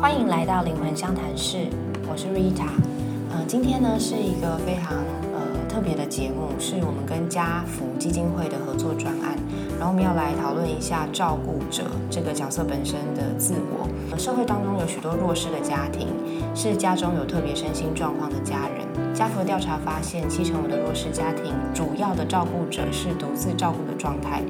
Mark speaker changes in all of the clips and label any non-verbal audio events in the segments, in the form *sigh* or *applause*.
Speaker 1: 欢迎来到灵魂相谈室，我是 Rita。呃，今天呢是一个非常呃特别的节目，是我们跟家福基金会的合作专案，然后我们要来讨论一下照顾者这个角色本身的自我。呃社会当中有许多弱势的家庭，是家中有特别身心状况的家人。家福的调查发现，七成五的弱势家庭主要的照顾者是独自照顾的状态。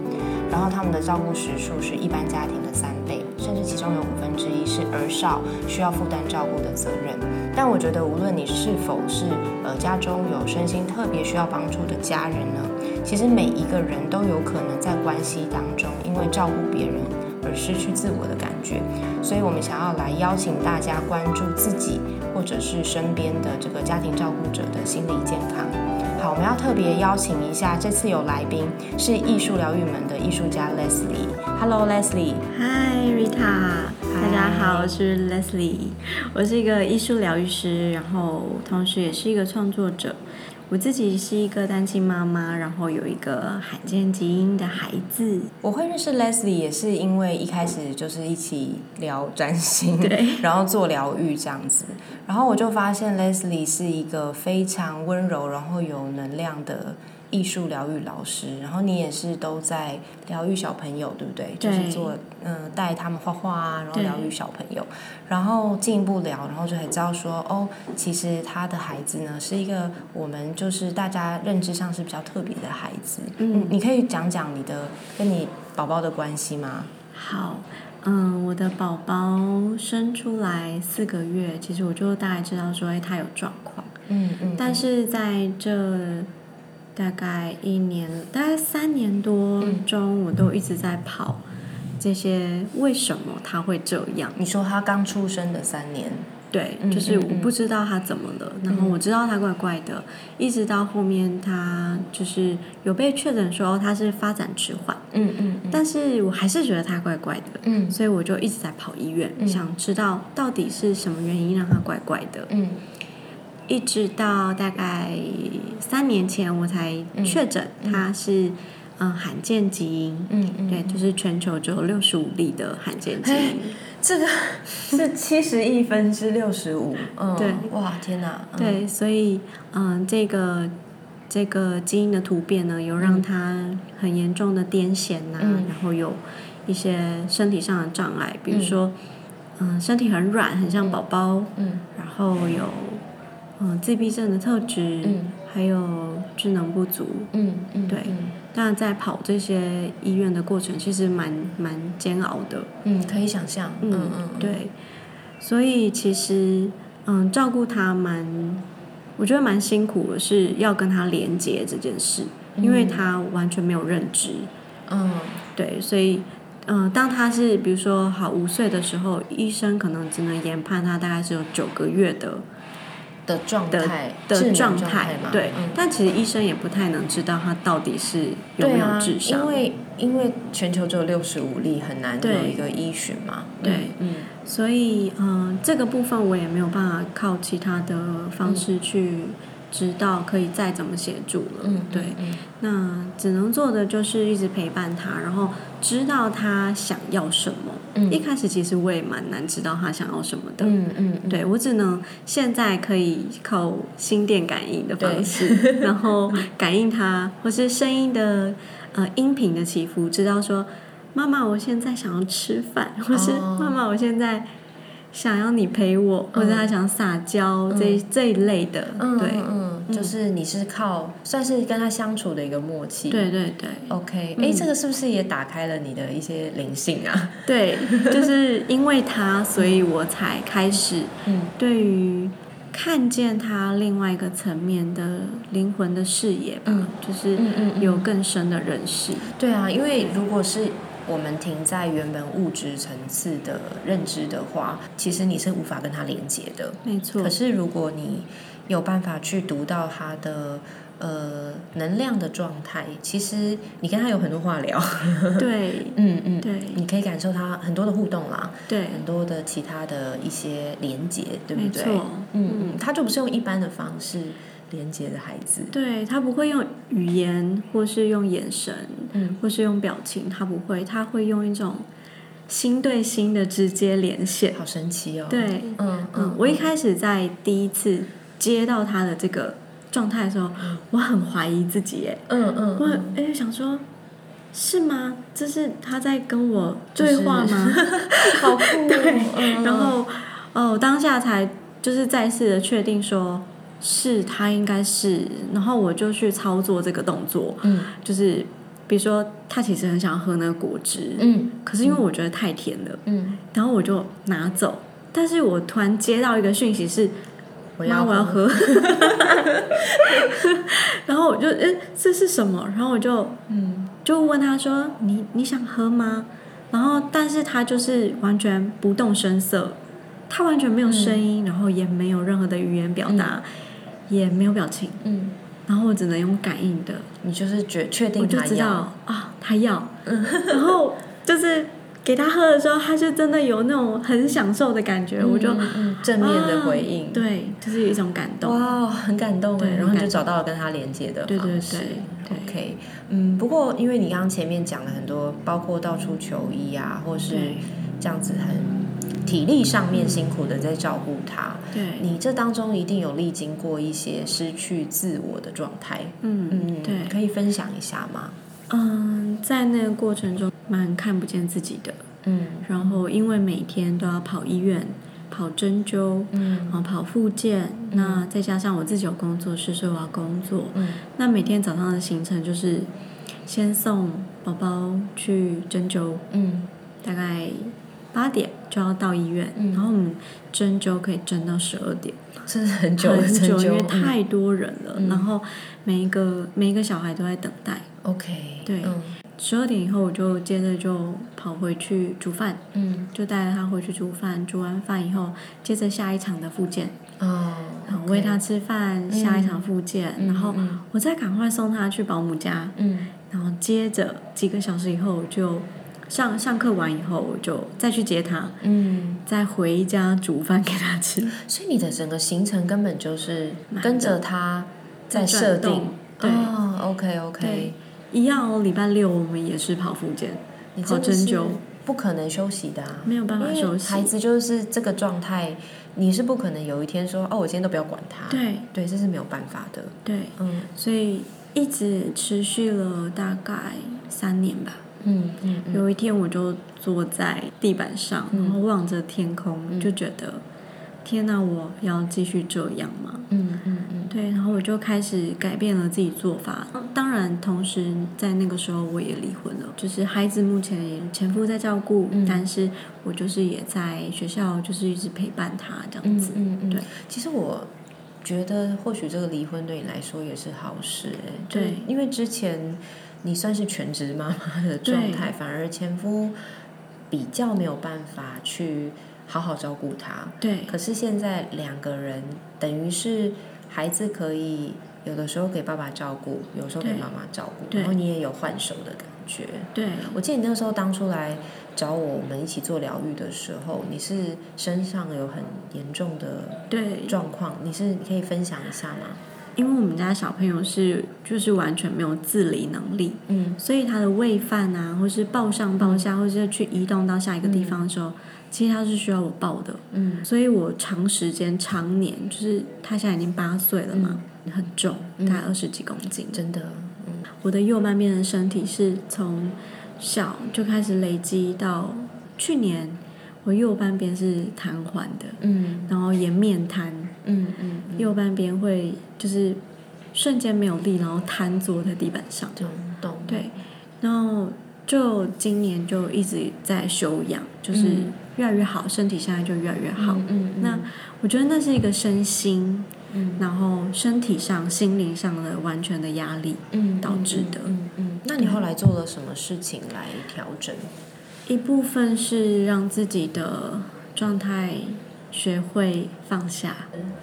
Speaker 1: 然后他们的照顾时数是一般家庭的三倍，甚至其中有五分之一是儿少需要负担照顾的责任。但我觉得，无论你是否是呃家中有身心特别需要帮助的家人呢，其实每一个人都有可能在关系当中因为照顾别人而失去自我的感觉。所以我们想要来邀请大家关注自己或者是身边的这个家庭照顾者的心理健康。好，我们要特别邀请一下，这次有来宾是艺术疗愈门的艺术家 Leslie。Hello Leslie，
Speaker 2: 嗨，Rita，大家
Speaker 1: 嗨
Speaker 2: 好，我是 Leslie，我是一个艺术疗愈师，然后同时也是一个创作者。我自己是一个单亲妈妈，然后有一个罕见基因的孩子。
Speaker 1: 我会认识 Leslie 也是因为一开始就是一起聊占星，
Speaker 2: 对，
Speaker 1: *laughs* 然后做疗愈这样子，然后我就发现 Leslie 是一个非常温柔，然后有能量的艺术疗愈老师，然后你也是都在疗愈小朋友，对不对？
Speaker 2: 对
Speaker 1: 就是做嗯、呃带他们画画啊，然后
Speaker 2: 对
Speaker 1: 疗愈小朋友，然后进一步聊，然后就才知道说哦，其实他的孩子呢是一个我们就是大家认知上是比较特别的孩子，嗯，你可以讲讲你的跟你宝宝的关系吗？
Speaker 2: 好，嗯，我的宝宝生出来四个月，其实我就大概知道说，哎，他有状况。
Speaker 1: 嗯嗯，
Speaker 2: 但是在这大概一年，大概三年多中，我都一直在跑
Speaker 1: 嗯
Speaker 2: 这些为什么他会这样？
Speaker 1: 你说他刚出生的三年，
Speaker 2: 对
Speaker 1: 嗯，
Speaker 2: 就是
Speaker 1: 嗯
Speaker 2: 我不知道他怎么了，然后我知道他怪怪的，一直到后面他就是有被确诊说他是发展迟缓，
Speaker 1: 嗯嗯
Speaker 2: 但是我还是觉得他怪怪的，
Speaker 1: 嗯
Speaker 2: 所以我就一直在跑医院，想知道到底是什么原因让他怪怪的。
Speaker 1: 嗯
Speaker 2: 一直到大概三年前，我才确诊他是嗯罕见基因，
Speaker 1: 嗯嗯，
Speaker 2: 对，就是全球只有六十五例的罕见基因。
Speaker 1: 这个 *laughs* 是七十亿分之六十五，嗯，
Speaker 2: 对，
Speaker 1: 哇，天哪，嗯，
Speaker 2: 对，所以嗯，这个这个基因的突变呢，有让他很严重的癫痫呐、
Speaker 1: 嗯
Speaker 2: 然后有一些身体上的障碍，比如说嗯身体很软，很像宝宝，
Speaker 1: 嗯
Speaker 2: 然后有嗯自闭症的特质，
Speaker 1: 嗯
Speaker 2: 还有智能不足。
Speaker 1: 嗯嗯，
Speaker 2: 对
Speaker 1: 嗯
Speaker 2: 那在跑这些医院的过程，其实蛮蛮煎熬的。
Speaker 1: 嗯，可以想象，嗯嗯，嗯，
Speaker 2: 对，所以其实嗯，照顾他蛮，我觉得蛮辛苦的，是要跟他连接这件事，因为他完全没有认知，
Speaker 1: 嗯
Speaker 2: 对，所以。嗯，当他是比如说好五岁的时候，医生可能只能研判他大概是有九个月的
Speaker 1: 的状态智
Speaker 2: 的
Speaker 1: 能
Speaker 2: 状
Speaker 1: 态嘛，
Speaker 2: 对、
Speaker 1: 嗯
Speaker 2: 但其实医生也不太能知道他到底是有
Speaker 1: 对
Speaker 2: 没
Speaker 1: 啊
Speaker 2: 有智商，
Speaker 1: 因为因为全球只有六十五例，很难
Speaker 2: 对
Speaker 1: 有一个依循嘛，
Speaker 2: 对
Speaker 1: 嗯，
Speaker 2: 所以，嗯、这个部分我也没有办法靠其他的方式去知道可以再怎么协助了。
Speaker 1: 嗯嗯，
Speaker 2: 对，
Speaker 1: 嗯，
Speaker 2: 那只能做的就是一直陪伴他，然后知道他想要什么。
Speaker 1: 嗯
Speaker 2: 一开始其实我也蛮难知道他想要什么的。
Speaker 1: 嗯嗯嗯，
Speaker 2: 对我只能现在可以靠心电感应的方式，然后感应他，或是声音的呃音频的起伏，知道说妈妈我现在想要吃饭，或是
Speaker 1: 哦
Speaker 2: 妈妈我现在想要你陪我，或者他想撒娇、这这一类的，
Speaker 1: 嗯
Speaker 2: 对、
Speaker 1: 嗯，嗯就是你是靠算是跟他相处的一个默契，
Speaker 2: 对嗯对对
Speaker 1: OK，哎、这个是不是也打开了你的一些灵性啊？ *laughs*
Speaker 2: 对，就是因为他，所以我才开始
Speaker 1: 嗯
Speaker 2: 对于看见他另外一个层面的灵魂的视野吧，
Speaker 1: 嗯
Speaker 2: 就是
Speaker 1: 嗯嗯嗯
Speaker 2: 有更深的认识。
Speaker 1: 对啊，因为如果是我们停在原本物质层次的认知的话，其实你是无法跟他连接的。
Speaker 2: 没错
Speaker 1: 可，是如果你有办法去读到他的呃能量的状态，其实你跟他有很多话聊。
Speaker 2: 对
Speaker 1: 嗯嗯，
Speaker 2: 对
Speaker 1: 你可以感受他很多的互动啦， *laughs*
Speaker 2: 对，
Speaker 1: 很多的其他的一些连接，对不
Speaker 2: 没
Speaker 1: 对？
Speaker 2: 错，
Speaker 1: 嗯嗯，他就不是用一般的方式连接的孩子。
Speaker 2: 对他不会用语言，或是用眼神，
Speaker 1: 嗯
Speaker 2: 或是用表情，他不会，他会用一种心对心的直接连线。
Speaker 1: 好神奇哦。，
Speaker 2: 对，
Speaker 1: 嗯
Speaker 2: 嗯，我一开始在第一次接到他的这个状态的时候，我很怀疑自己耶，
Speaker 1: 嗯嗯
Speaker 2: 我很哎、想说。是吗？这是他在跟我对话
Speaker 1: *laughs*
Speaker 2: 吗？
Speaker 1: 好酷、哦。对
Speaker 2: *laughs* 然后，哦，我当下才就是再次的确定说是他应该是，然后我就去操作这个动作，
Speaker 1: 嗯
Speaker 2: 就是比如说他其实很想喝那个果汁，
Speaker 1: 嗯
Speaker 2: 可是因为我觉得太甜了，
Speaker 1: 嗯，
Speaker 2: 然后我就拿走。但是我突然接到一个讯息是，
Speaker 1: 我
Speaker 2: 妈
Speaker 1: 要
Speaker 2: 我要喝， *laughs* 然后我就诶这是什么？然后我就
Speaker 1: 嗯
Speaker 2: 就问他说你你想喝吗？然后但是他就是完全不动声色，他完全没有声
Speaker 1: 嗯
Speaker 2: 音，然后也没有任何的语言表达，也没有表情，
Speaker 1: 嗯，
Speaker 2: 然后我只能用感应的，
Speaker 1: 你就是决确
Speaker 2: 我
Speaker 1: 定
Speaker 2: 就
Speaker 1: 他
Speaker 2: 知
Speaker 1: 要嗯
Speaker 2: 道啊，他要，然后就是给他喝的时候，他就真的有那种很享受的感觉，我就
Speaker 1: 嗯嗯正面的回应
Speaker 2: 啊，对，就是有一种感动，
Speaker 1: 哇，很感动哎，
Speaker 2: 对
Speaker 1: 然后你就
Speaker 2: 很感动
Speaker 1: 找到了跟他连接的
Speaker 2: 对对
Speaker 1: 方式。
Speaker 2: 对
Speaker 1: OK，嗯，不过因为你刚刚前面讲了很多，包括到处求医啊，或是
Speaker 2: 对
Speaker 1: 这样子很体力上面辛苦的在照顾他，
Speaker 2: 对，
Speaker 1: 你这当中一定有历经过一些失去自我的状态，
Speaker 2: 嗯，对，
Speaker 1: 可以分享一下吗？
Speaker 2: 嗯，在那个过程中蛮看不见自己的，
Speaker 1: 嗯
Speaker 2: 然后因为每天都要跑医院、跑针灸，
Speaker 1: 嗯
Speaker 2: 然后跑复健，那再加上我自己有工作室，所以我要工作。
Speaker 1: 嗯
Speaker 2: 那每天早上的行程就是先送宝宝去针灸，
Speaker 1: 嗯
Speaker 2: 大概八点就要到医院，
Speaker 1: 嗯
Speaker 2: 然后我们针灸可以针到十二点，
Speaker 1: 这是很久的
Speaker 2: 很
Speaker 1: 针
Speaker 2: 久，因为
Speaker 1: 灸，嗯
Speaker 2: 太多人了，
Speaker 1: 嗯
Speaker 2: 然后每一个每一个小孩都在等待。
Speaker 1: OK，
Speaker 2: 对
Speaker 1: 嗯
Speaker 2: 十二点以后，我就接着就跑回去煮饭，
Speaker 1: 嗯
Speaker 2: 就带着他回去煮饭。煮完饭以后，接着下一场的复健，
Speaker 1: 哦，
Speaker 2: 然后喂他吃饭，下一场复健，
Speaker 1: 嗯
Speaker 2: 然后
Speaker 1: 嗯
Speaker 2: 我再赶快送他去保姆家，
Speaker 1: 嗯
Speaker 2: 然后接着几个小时以后，我就上上课完以后，我就再去接他，
Speaker 1: 嗯，
Speaker 2: 再回家煮饭给他吃。
Speaker 1: 所以你的整个行程根本就是
Speaker 2: 满的
Speaker 1: 跟着他在
Speaker 2: 转
Speaker 1: 设定
Speaker 2: 动，对
Speaker 1: 哦，OK OK，
Speaker 2: 对一样哦，礼拜六我们也是跑复健，
Speaker 1: 你
Speaker 2: 跑
Speaker 1: 真
Speaker 2: 针
Speaker 1: 的是
Speaker 2: 灸，
Speaker 1: 不可能休息的啊，
Speaker 2: 没有办法
Speaker 1: 因为
Speaker 2: 休息
Speaker 1: 孩子就是这个状态，你是不可能有一天说哦，我今天都不要管他，
Speaker 2: 对
Speaker 1: 对，这是没有办法的，
Speaker 2: 对，
Speaker 1: 嗯
Speaker 2: 所以一直持续了大概三年吧。
Speaker 1: 嗯嗯嗯
Speaker 2: 有一天，我就坐在地板上，然后望着天空，
Speaker 1: 嗯
Speaker 2: 就觉得天哪、我要继续这样吗？
Speaker 1: 嗯嗯嗯
Speaker 2: 对，然后我就开始改变了自己做法。当然，同时在那个时候我也离婚了，就是孩子目前也前夫在照顾，
Speaker 1: 嗯
Speaker 2: 但是我就是也在学校，就是一直陪伴他这样子。
Speaker 1: 嗯嗯，
Speaker 2: 对
Speaker 1: 其实我觉得或许这个离婚对你来说也是好事、哎，就是
Speaker 2: 对
Speaker 1: 因为之前你算是全职妈妈的状态，反而前夫比较没有办法去好好照顾她。
Speaker 2: 对
Speaker 1: 可是现在两个人等于是孩子可以有的时候给爸爸照顾，有时候给
Speaker 2: 对
Speaker 1: 妈妈照顾，
Speaker 2: 对
Speaker 1: 然后你也有换手的感觉。
Speaker 2: 对
Speaker 1: 我记得你那时候当初来找我，我们一起做疗愈的时候，你是身上有很严重的
Speaker 2: 对，
Speaker 1: 状况，你是你可以分享一下吗？
Speaker 2: 因为我们家小朋友是就是完全没有自理能力，
Speaker 1: 嗯
Speaker 2: 所以他的喂饭啊，或是抱上抱下，或是去移动到下一个地方的时候，其实他是需要我抱的。
Speaker 1: 嗯
Speaker 2: 所以我长时间、常年，就是他现在已经八岁了嘛，
Speaker 1: 嗯
Speaker 2: 很重，大概二十几公斤。
Speaker 1: 真的，嗯
Speaker 2: 我的右半边的身体是从小就开始累积到去年，我右半边是瘫痪的，
Speaker 1: 嗯
Speaker 2: 然后也面瘫，
Speaker 1: 嗯嗯嗯，
Speaker 2: 右半边会就是瞬间没有力，然后瘫坐在地板上。
Speaker 1: 懂懂，
Speaker 2: 对，然后就今年就一直在休养，就是
Speaker 1: 嗯
Speaker 2: 越来越好，身体现在就越来越好。
Speaker 1: 嗯嗯，嗯
Speaker 2: 那我觉得那是一个身心，
Speaker 1: 嗯
Speaker 2: 然后身体上、心灵上的完全的压力。
Speaker 1: 嗯
Speaker 2: 导致的
Speaker 1: 嗯嗯嗯，那你后来做了什么事情来调整？
Speaker 2: 一部分是让自己的状态学会放下，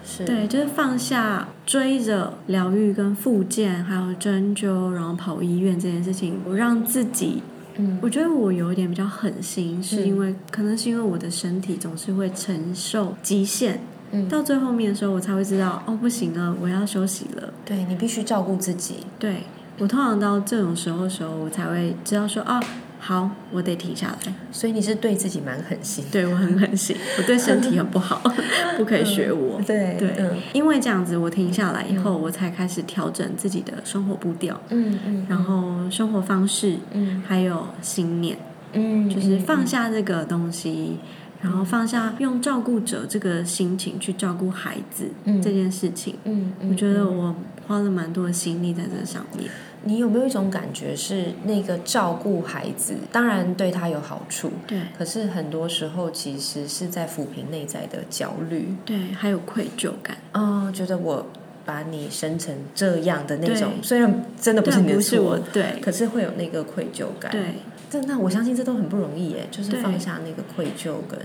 Speaker 1: 是，
Speaker 2: 对，就是放下追着疗愈跟复健，还有针灸，然后跑医院这件事情，我让自己
Speaker 1: 嗯
Speaker 2: 我觉得我有一点比较狠心，是因为可能是因为我的身体总是会承受极限，
Speaker 1: 嗯，
Speaker 2: 到最后面的时候，我才会知道哦，不行了，我要休息了。
Speaker 1: 对你必须照顾自己，
Speaker 2: 对我通常到这种时候的时候，我才会知道说哦，好，我得停下来。
Speaker 1: 所以你是对自己蛮狠心。
Speaker 2: 对我很狠心，我对身体很不好， *laughs* 不可以学我。
Speaker 1: 对
Speaker 2: 对，
Speaker 1: 嗯
Speaker 2: 因为这样子，我停下来以后，我才开始调整自己的生活步调，
Speaker 1: 嗯嗯
Speaker 2: 然后生活方式，
Speaker 1: 嗯
Speaker 2: 还有心念，
Speaker 1: 嗯
Speaker 2: 就是放下这个东西，然后放下用照顾者这个心情去照顾孩子
Speaker 1: 嗯
Speaker 2: 这件事情。
Speaker 1: 嗯，嗯
Speaker 2: 我觉得我花了蛮多的心力在这上面。
Speaker 1: 你有没有一种感觉是那个照顾孩子，当然对他有好处，
Speaker 2: 对
Speaker 1: 可是很多时候其实是在抚平内在的焦虑，
Speaker 2: 对，还有愧疚感。
Speaker 1: 嗯、觉得我把你生成这样的那种，
Speaker 2: 对
Speaker 1: 虽然真的不是
Speaker 2: 对啊
Speaker 1: 你的
Speaker 2: 不是我
Speaker 1: 错，
Speaker 2: 对
Speaker 1: 可是会有那个愧疚感。
Speaker 2: 对
Speaker 1: 这那我相信这都很不容易耶，就是
Speaker 2: 对
Speaker 1: 放下那个愧疚跟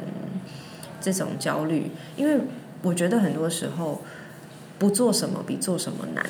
Speaker 1: 这种焦虑，因为我觉得很多时候不做什么比做什么难。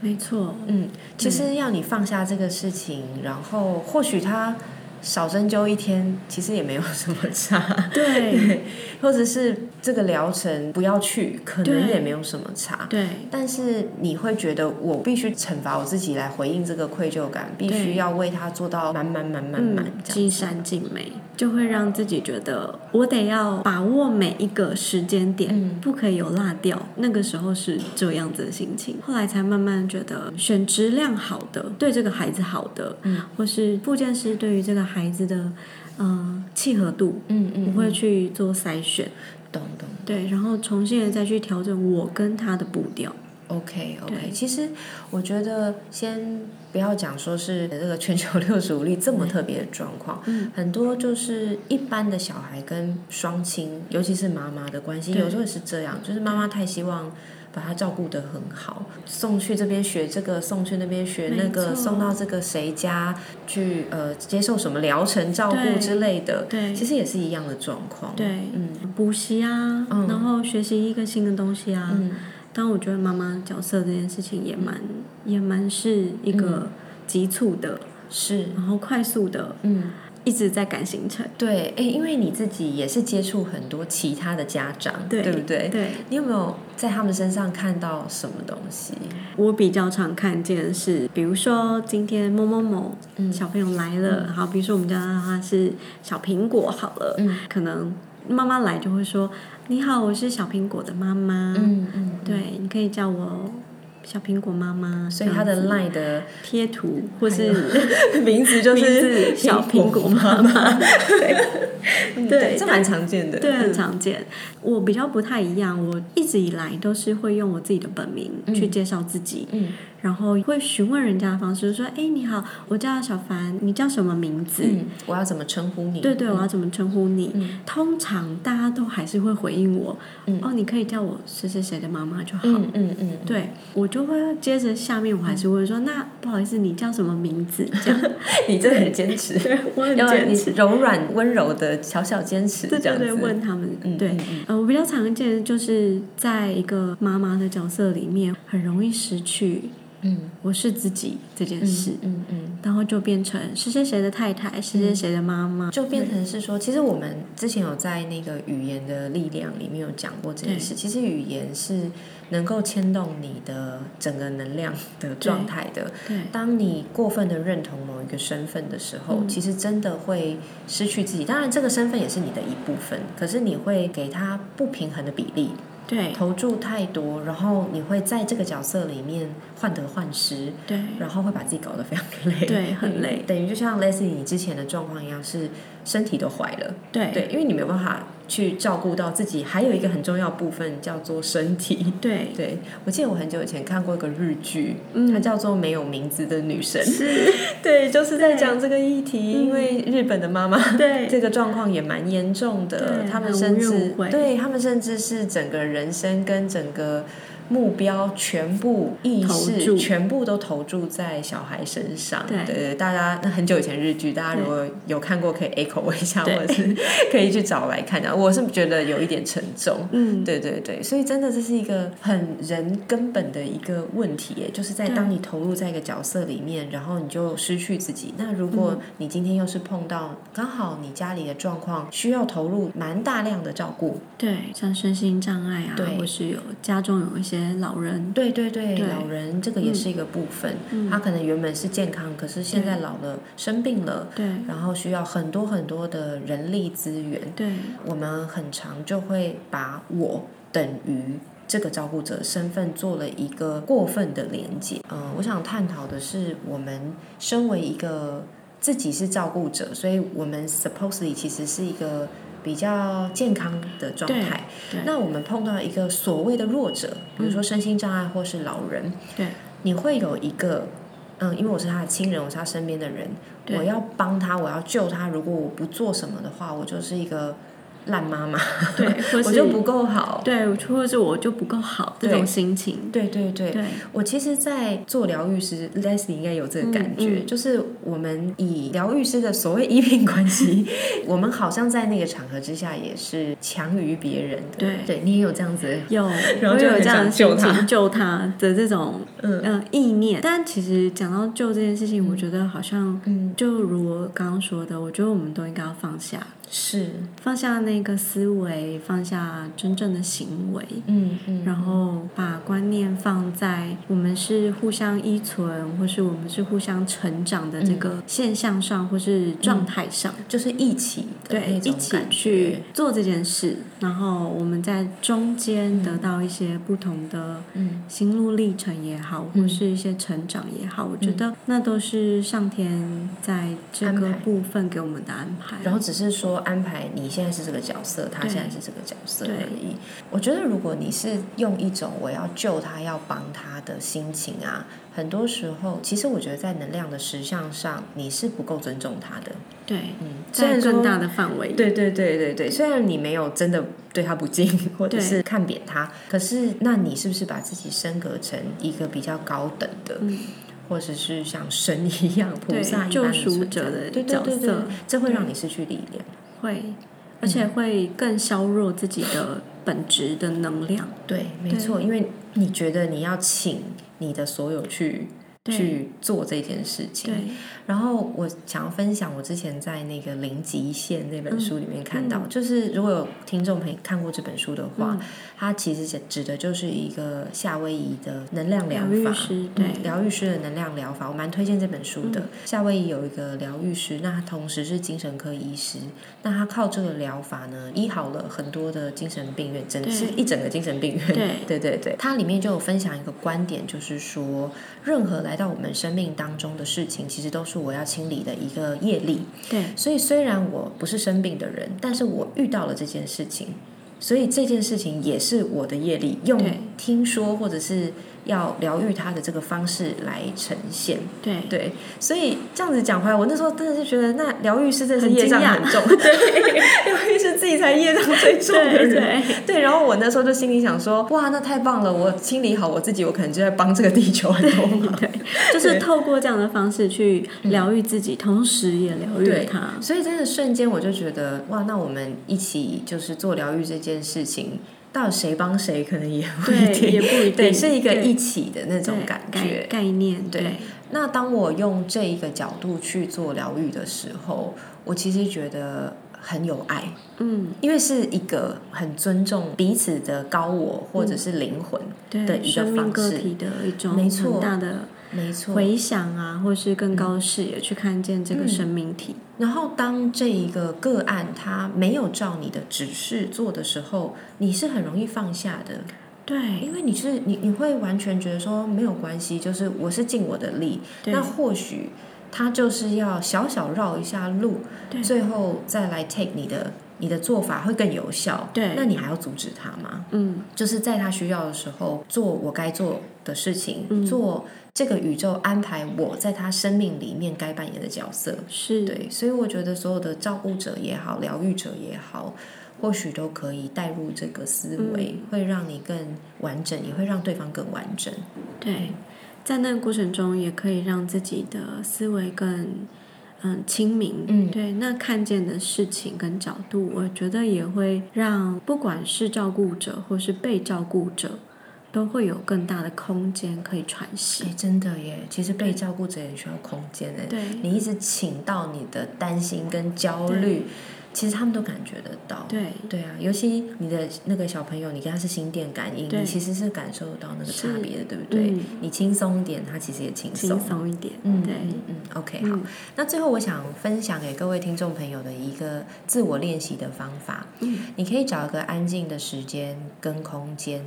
Speaker 2: 没错，
Speaker 1: 嗯，其实要你放下这个事情，然后或许他少针灸一天，其实也没有什么差。 *laughs*
Speaker 2: 对
Speaker 1: 或者是这个疗程不要去，可能
Speaker 2: 对
Speaker 1: 也没有什么差。
Speaker 2: 对
Speaker 1: 但是你会觉得我必须惩罚我自己来回应这个愧疚感，必须要为他做到满满满满满
Speaker 2: 嗯，
Speaker 1: 这样。
Speaker 2: 尽善尽美，就会让自己觉得我得要把握每一个时间点，
Speaker 1: 嗯
Speaker 2: 不可以有落掉。那个时候是这样子的心情，后来才慢慢觉得选质量好的，对这个孩子好的，
Speaker 1: 嗯
Speaker 2: 或是复健师对于这个孩子的呃契合度，
Speaker 1: 嗯嗯，
Speaker 2: 我会去做筛选，
Speaker 1: 懂懂。
Speaker 2: 对，然后重新的再去调整我跟他的步调。
Speaker 1: OK OK，
Speaker 2: 对
Speaker 1: 其实我觉得先不要讲说是这个全球六十五例这么特别的状况，
Speaker 2: 嗯
Speaker 1: 很多就是一般的小孩跟双亲，尤其是妈妈的关系，
Speaker 2: 对
Speaker 1: 有时候也是这样，就是妈妈太希望。把他照顾得很好，送去这边学这个，送去那边学那
Speaker 2: 没
Speaker 1: 个，
Speaker 2: 错
Speaker 1: 送到这个谁家去，呃，接受什么疗程照顾
Speaker 2: 对
Speaker 1: 之类的，
Speaker 2: 对
Speaker 1: 其实也是一样的状况。
Speaker 2: 对
Speaker 1: 嗯
Speaker 2: 补习啊，
Speaker 1: 嗯
Speaker 2: 然后学习一个新的东西啊。
Speaker 1: 嗯，
Speaker 2: 但我觉得妈妈角色这件事情也蛮、也蛮是一
Speaker 1: 嗯
Speaker 2: 个急促的，
Speaker 1: 是，
Speaker 2: 然后快速的，
Speaker 1: 嗯。
Speaker 2: 一直在赶行程。
Speaker 1: 对，哎、因为你自己也是接触很多其他的家长，
Speaker 2: 对
Speaker 1: 不对？
Speaker 2: 对，
Speaker 1: 你有没有在他们身上看到什么东西？
Speaker 2: 我比较常看见的是，比如说今天某某某
Speaker 1: 嗯
Speaker 2: 小朋友来了，好，比如说我们家他是小苹果好了，
Speaker 1: 嗯
Speaker 2: 可能妈妈来就会说：“你好，我是小苹果的妈妈。”，
Speaker 1: 嗯，
Speaker 2: 对，你可以叫我小苹果妈妈。
Speaker 1: 所以他
Speaker 2: 这样
Speaker 1: 的
Speaker 2: 子
Speaker 1: line 的
Speaker 2: 贴图或是
Speaker 1: 名字就
Speaker 2: 嗯 *laughs* 名
Speaker 1: 是
Speaker 2: 字小苹果
Speaker 1: *laughs*
Speaker 2: 妈妈，对
Speaker 1: 对，
Speaker 2: 对，
Speaker 1: 这嗯蛮常见的，
Speaker 2: 对很常见。我比较不太一样，我一直以来都是会用我自己的本名去介绍自己，
Speaker 1: 嗯
Speaker 2: 然后会询问人家的方式，说：“哎，你好，我叫小凡，你叫什么名字？”
Speaker 1: 嗯，我要怎么称呼你？
Speaker 2: 对对，我要怎么称呼你？
Speaker 1: 嗯
Speaker 2: 通常大家都还是会回应我，
Speaker 1: 嗯
Speaker 2: 哦，你可以叫我谁谁谁的妈妈就好。
Speaker 1: 嗯嗯嗯，
Speaker 2: *laughs* 对，我就会接着下面我还是会说，那不好意思，你叫什么名字？
Speaker 1: *laughs*
Speaker 2: 这样，
Speaker 1: 你真的很坚 *laughs* 持，
Speaker 2: 对我很
Speaker 1: 要
Speaker 2: 坚
Speaker 1: 你
Speaker 2: 持，
Speaker 1: 柔软温柔的小小坚持，
Speaker 2: 对
Speaker 1: 这
Speaker 2: 对
Speaker 1: 样
Speaker 2: 对，
Speaker 1: 子。
Speaker 2: 问他们，
Speaker 1: 嗯
Speaker 2: 对
Speaker 1: 嗯，
Speaker 2: 呃，我比较常见的就是在一个妈妈的角色里面，很容易失去
Speaker 1: 嗯
Speaker 2: 我是自己这件事，
Speaker 1: 嗯嗯。
Speaker 2: 然后就变成谁谁谁的太太，谁谁谁的妈妈，
Speaker 1: 就变成是说，其实我们之前有在那个语言的力量里面有讲过这件事。其实语言是能够牵动你的整个能量的状态的。
Speaker 2: 对
Speaker 1: 当你过分的认同某一个身份的时
Speaker 2: 嗯
Speaker 1: 候，其实真的会失去自己。当然，这个身份也是你的一部分，可是你会给它不平衡的比例，
Speaker 2: 对
Speaker 1: 投注太多，然后你会在这个角色里面患得患失。
Speaker 2: 对
Speaker 1: 然后会把自己搞得非常累，
Speaker 2: 对很累
Speaker 1: 等于就像 Leslie 你之前的状况一样，是身体都坏了，
Speaker 2: 对
Speaker 1: 对，因为你没有办法去照顾到自己，还有一个很重要部分叫做身体。
Speaker 2: 对
Speaker 1: 对，我记得我很久以前看过一个日剧，
Speaker 2: 嗯
Speaker 1: 它叫做《没有名字的女神》， *laughs* 对，就是在讲这个议题，因为
Speaker 2: 嗯
Speaker 1: 日本的妈妈
Speaker 2: *laughs* 对
Speaker 1: 这个状况也蛮严重的，
Speaker 2: 对
Speaker 1: 他们
Speaker 2: 很
Speaker 1: 甚
Speaker 2: 无怨
Speaker 1: 至
Speaker 2: 无悔
Speaker 1: 对他们甚至是整个人生跟整个目标全部意
Speaker 2: 投
Speaker 1: 识
Speaker 2: 注
Speaker 1: 全部都投注在小孩身上。
Speaker 2: 对
Speaker 1: 对，大家那很久以前日剧，大家如果有看过可以 echo 我一下，或
Speaker 2: 对
Speaker 1: 者是可以去找来看的。啊我是觉得有一点沉重。 *laughs*
Speaker 2: 嗯
Speaker 1: 对对对，所以真的这是一个很人根本的一个问题耶，就是在
Speaker 2: 对
Speaker 1: 当你投入在一个角色里面，然后你就失去自己。那如果
Speaker 2: 嗯
Speaker 1: 你今天又是碰到刚好你家里的状况，需要投入蛮大量的照顾，
Speaker 2: 对，像身心障碍啊，
Speaker 1: 对
Speaker 2: 或是有家中有一些些老人，
Speaker 1: 对对对，
Speaker 2: 嗯对嗯
Speaker 1: 老人这个也是一个部分，他可能原本是健康，可是现在老了生病了，
Speaker 2: 对
Speaker 1: 然后需要很多很多的人力资源，
Speaker 2: 对
Speaker 1: 我们很常就会把我等于这个照顾者身份做了一个过分的连接。嗯、我想探讨的是，我们身为一个自己是照顾者，所以我们 supposedly 其实是一个比较健康的状态
Speaker 2: 对对。
Speaker 1: 那我们碰到一个所谓的弱者，比如说身心障碍或是老人，
Speaker 2: 对
Speaker 1: 你会有一个，嗯，因为我是他的亲人，我是他身边的人，
Speaker 2: 对
Speaker 1: 我要帮他，我要救他。如果我不做什么的话，我就是一个烂妈妈，
Speaker 2: 对，
Speaker 1: *laughs*
Speaker 2: 或
Speaker 1: 我
Speaker 2: 是
Speaker 1: 就不够好。
Speaker 2: 对，或是我就不够好这
Speaker 1: 对
Speaker 2: 种心情，
Speaker 1: 对对对，
Speaker 2: 对
Speaker 1: 我其实，在做疗愈师，Leslie 应该有这个感觉，
Speaker 2: 嗯嗯
Speaker 1: 就是我们以疗愈师的所谓依凭关系， *laughs* 我们好像在那个场合之下也是强于别人的。
Speaker 2: 对
Speaker 1: 对你也有这样子，
Speaker 2: 有，
Speaker 1: 然后
Speaker 2: 我
Speaker 1: 就
Speaker 2: 有
Speaker 1: 很
Speaker 2: 这样
Speaker 1: 想
Speaker 2: 的
Speaker 1: 救
Speaker 2: 心
Speaker 1: 他
Speaker 2: 情救他的这种
Speaker 1: 嗯
Speaker 2: 嗯意念。但其实讲到救这件事情，我觉得好像
Speaker 1: 嗯，
Speaker 2: 就如我刚刚说的，我觉得我们都应该要放下，
Speaker 1: 是，
Speaker 2: 放下那个思维，放下真正的行为。
Speaker 1: 嗯嗯，
Speaker 2: 然后把观念放在我们是互相依存，或是我们是互相成长
Speaker 1: 嗯
Speaker 2: 的这个现象上，或是状态上，
Speaker 1: 就是一起的
Speaker 2: 对，
Speaker 1: 那种
Speaker 2: 一起
Speaker 1: 感觉
Speaker 2: 去做这件事，然后我们在中间得到一些不同的
Speaker 1: 嗯
Speaker 2: 心路历程也好，
Speaker 1: 嗯
Speaker 2: 或是一些成长也好，我觉得那都是上天在这个
Speaker 1: 安排
Speaker 2: 部分给我们的安排。
Speaker 1: 然后只是说安排你现在是这个角色，他现在是这个角色
Speaker 2: 对
Speaker 1: 而已。我觉得如果你是用一种我要救他、要帮他的心情啊，很多时候其实我觉得在能量的实相上，你是不够尊重他的。
Speaker 2: 对，
Speaker 1: 嗯，虽
Speaker 2: 在
Speaker 1: 然说
Speaker 2: 更大的范围里，
Speaker 1: 对对对对对，虽然你没有真的对他不敬， *laughs* 或者
Speaker 2: 对
Speaker 1: 是看扁他，可是那你是不是把自己升格成一个比较高等的，
Speaker 2: 嗯
Speaker 1: 或者是像神一样、菩
Speaker 2: 对
Speaker 1: 萨一般
Speaker 2: 救
Speaker 1: 的
Speaker 2: 赎
Speaker 1: 存
Speaker 2: 者
Speaker 1: 在
Speaker 2: 的
Speaker 1: 对对
Speaker 2: 角
Speaker 1: 对对
Speaker 2: 色
Speaker 1: 这会让
Speaker 2: 对
Speaker 1: 你失去力量。嗯
Speaker 2: 会，而且会更削弱自己的本质的能量。
Speaker 1: 对，没
Speaker 2: 对
Speaker 1: 错，因为你觉得你要请你的所有去
Speaker 2: 对
Speaker 1: 去做这件事情。
Speaker 2: 对，
Speaker 1: 然后我想要分享我之前在那个《零极限》那
Speaker 2: 嗯
Speaker 1: 本书里面看到，就是如果有听众朋友看过这本书的话，
Speaker 2: 嗯
Speaker 1: 它其实指指的就是一个夏威夷的能量疗
Speaker 2: 疗愈
Speaker 1: 法，
Speaker 2: 师
Speaker 1: 嗯
Speaker 2: 对嗯
Speaker 1: 疗愈师的能量疗法，我蛮推荐这本书的。夏威夷有一个疗愈师，那他同时是精神科医师，那他靠这个疗法呢，医好了很多的精神病院，真
Speaker 2: 对
Speaker 1: 是一整个精神病院。
Speaker 2: 对
Speaker 1: *laughs* 对对对，它里面就有分享一个观点，就是说，任何来到我们生命当中的事情，其实都是我要清理的一个业力。
Speaker 2: 对，
Speaker 1: 所以虽然我不是生病的人，但是我遇到了这件事情，所以这件事情也是我的业力，用
Speaker 2: 对
Speaker 1: 听说或者是要疗愈它的这个方式来呈现。
Speaker 2: 对，
Speaker 1: 对，所以这样子讲回来，我那时候真的是觉得，那疗愈师真的是
Speaker 2: 很
Speaker 1: 业障
Speaker 2: 惊讶
Speaker 1: 很重， *laughs* 对，疗愈师自己才业障最重的
Speaker 2: 对，
Speaker 1: 人。
Speaker 2: 对，
Speaker 1: *laughs* 对，然后我那时候就心里想说，哇，那太棒了！我清理好我自己，我可能就在帮这个地球很多忙。对 *laughs* 嗯
Speaker 2: 就是透过这样的方式去疗愈自己，同时也疗愈他。
Speaker 1: 所以真的瞬间我就觉得，哇，那我们一起就是做疗愈这件事情，到底谁帮谁，可能也不一
Speaker 2: *laughs* 对，
Speaker 1: 定，
Speaker 2: 也不一
Speaker 1: *laughs*
Speaker 2: 定，
Speaker 1: 对，是一个
Speaker 2: 对
Speaker 1: 一起的那种
Speaker 2: 对
Speaker 1: 感
Speaker 2: 概
Speaker 1: 觉。
Speaker 2: 概念，
Speaker 1: 对
Speaker 2: 对，
Speaker 1: 那当我用这一个角度去做疗愈的时候，我其实觉得很有爱。
Speaker 2: 嗯，
Speaker 1: 因为是一个很尊重彼此的高我或者是灵魂的
Speaker 2: 对，
Speaker 1: 一个
Speaker 2: 生命
Speaker 1: 方
Speaker 2: 个
Speaker 1: 式，
Speaker 2: 体的一种
Speaker 1: 没错
Speaker 2: 很大的
Speaker 1: 没错。嗯
Speaker 2: 回响啊，或是更高的视野去看见这个生命体。
Speaker 1: 然后，当这一个个案他没有照你的指示做的时候，你是很容易放下的，
Speaker 2: 对，
Speaker 1: 因为你是你你会完全觉得说没有关系，就是我是尽我的力。
Speaker 2: 对
Speaker 1: 那或许他就是要小小绕一下路
Speaker 2: 对，
Speaker 1: 最后再来 take 你的你的做法会更有效。
Speaker 2: 对
Speaker 1: 那你还要阻止他吗？
Speaker 2: 嗯，
Speaker 1: 就是在他需要的时候做我该做的事情，
Speaker 2: 嗯
Speaker 1: 做这个宇宙安排我在他生命里面该扮演的角色。
Speaker 2: 是，
Speaker 1: 对，所以我觉得所有的照顾者也好，疗愈者也好，或许都可以带入这个思
Speaker 2: 嗯
Speaker 1: 维，会让你更完整，也会让对方更完整。
Speaker 2: 对，在那个过程中，也可以让自己的思维更嗯清明。
Speaker 1: 嗯
Speaker 2: 对，那看见的事情跟角度，我觉得也会让不管是照顾者或是被照顾者，都会有更大的空间可以喘息。
Speaker 1: 哎，真的耶！其实被照顾者也需要空间哎，
Speaker 2: 对
Speaker 1: 你一直请到你的担心跟焦虑，其实他们都感觉得到。
Speaker 2: 对，
Speaker 1: 对啊，尤其你的那个小朋友，你跟他是心电感应，
Speaker 2: 对
Speaker 1: 你其实是感受到那个差
Speaker 2: 是
Speaker 1: 别的，对不对？
Speaker 2: 嗯
Speaker 1: 你轻松一点，他其实也轻松
Speaker 2: 轻。松一点，
Speaker 1: 嗯，
Speaker 2: 对，
Speaker 1: 嗯嗯，OK，好。
Speaker 2: 嗯
Speaker 1: 那最后我想分享给各位听众朋友的一个自我练习的方法，
Speaker 2: 嗯
Speaker 1: 你可以找一个安静的时间跟空间，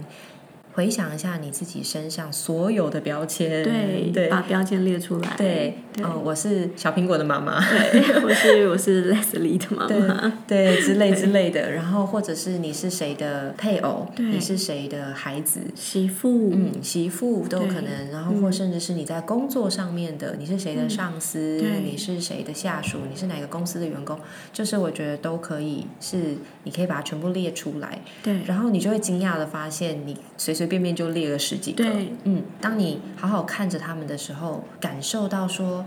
Speaker 1: 回想一下你自己身上所有的标签，
Speaker 2: 对，
Speaker 1: 对
Speaker 2: 把标签列出来，
Speaker 1: 对，
Speaker 2: 对
Speaker 1: 哦，我是小苹果的妈
Speaker 2: *laughs*
Speaker 1: 妈，
Speaker 2: 对，我是我是 Leslie 的妈妈，
Speaker 1: 对之类之类的，然后或者是你是谁的配偶，
Speaker 2: 对
Speaker 1: 你是谁的孩子，
Speaker 2: 媳妇，
Speaker 1: 嗯，媳妇都有可
Speaker 2: 对嗯
Speaker 1: 能，然后或甚至是你在工作上面的，你是谁的上司，
Speaker 2: 对
Speaker 1: 你是谁的下属，你是哪个公司的员工，就是我觉得都可以是，你可以把它全部列出来，
Speaker 2: 对
Speaker 1: 然后你就会惊讶的发现，你随随便便就列了十几个
Speaker 2: 对。
Speaker 1: 嗯，当你好好看着他们的时候，感受到说，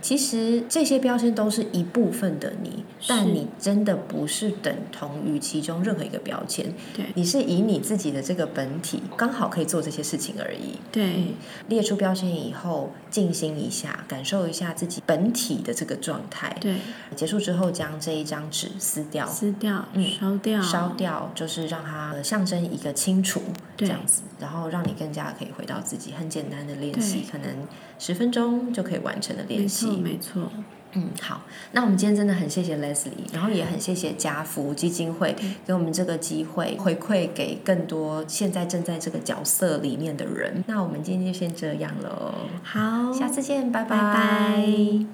Speaker 1: 其实这些标签都是一部分的你，
Speaker 2: 是
Speaker 1: 但你真的不是等同于其中任何一个标签。
Speaker 2: 对
Speaker 1: 你是以你自己的这个本体，刚好可以做这些事情而已。
Speaker 2: 对
Speaker 1: 列出标签以后，静心一下，感受一下自己本体的这个状态。
Speaker 2: 对，
Speaker 1: 结束之后，将这一张纸撕掉，
Speaker 2: 撕掉、
Speaker 1: 嗯
Speaker 2: 烧掉、
Speaker 1: 烧掉，就是让它呃象征一个清除这
Speaker 2: 对
Speaker 1: 样子，然后让你更加可以回到自己很简单的练
Speaker 2: 对
Speaker 1: 习，可能十分钟就可以完成的
Speaker 2: 没
Speaker 1: 练
Speaker 2: 错
Speaker 1: 习。
Speaker 2: 没错，
Speaker 1: 嗯，好，那我们今天真的很谢谢 Leslie，然后也很谢谢家福基金会给我们这个机会回馈给更多现在正在这个角色里面的人。那我们今天就先这样喽，
Speaker 2: 好，
Speaker 1: 下次见，拜
Speaker 2: 拜拜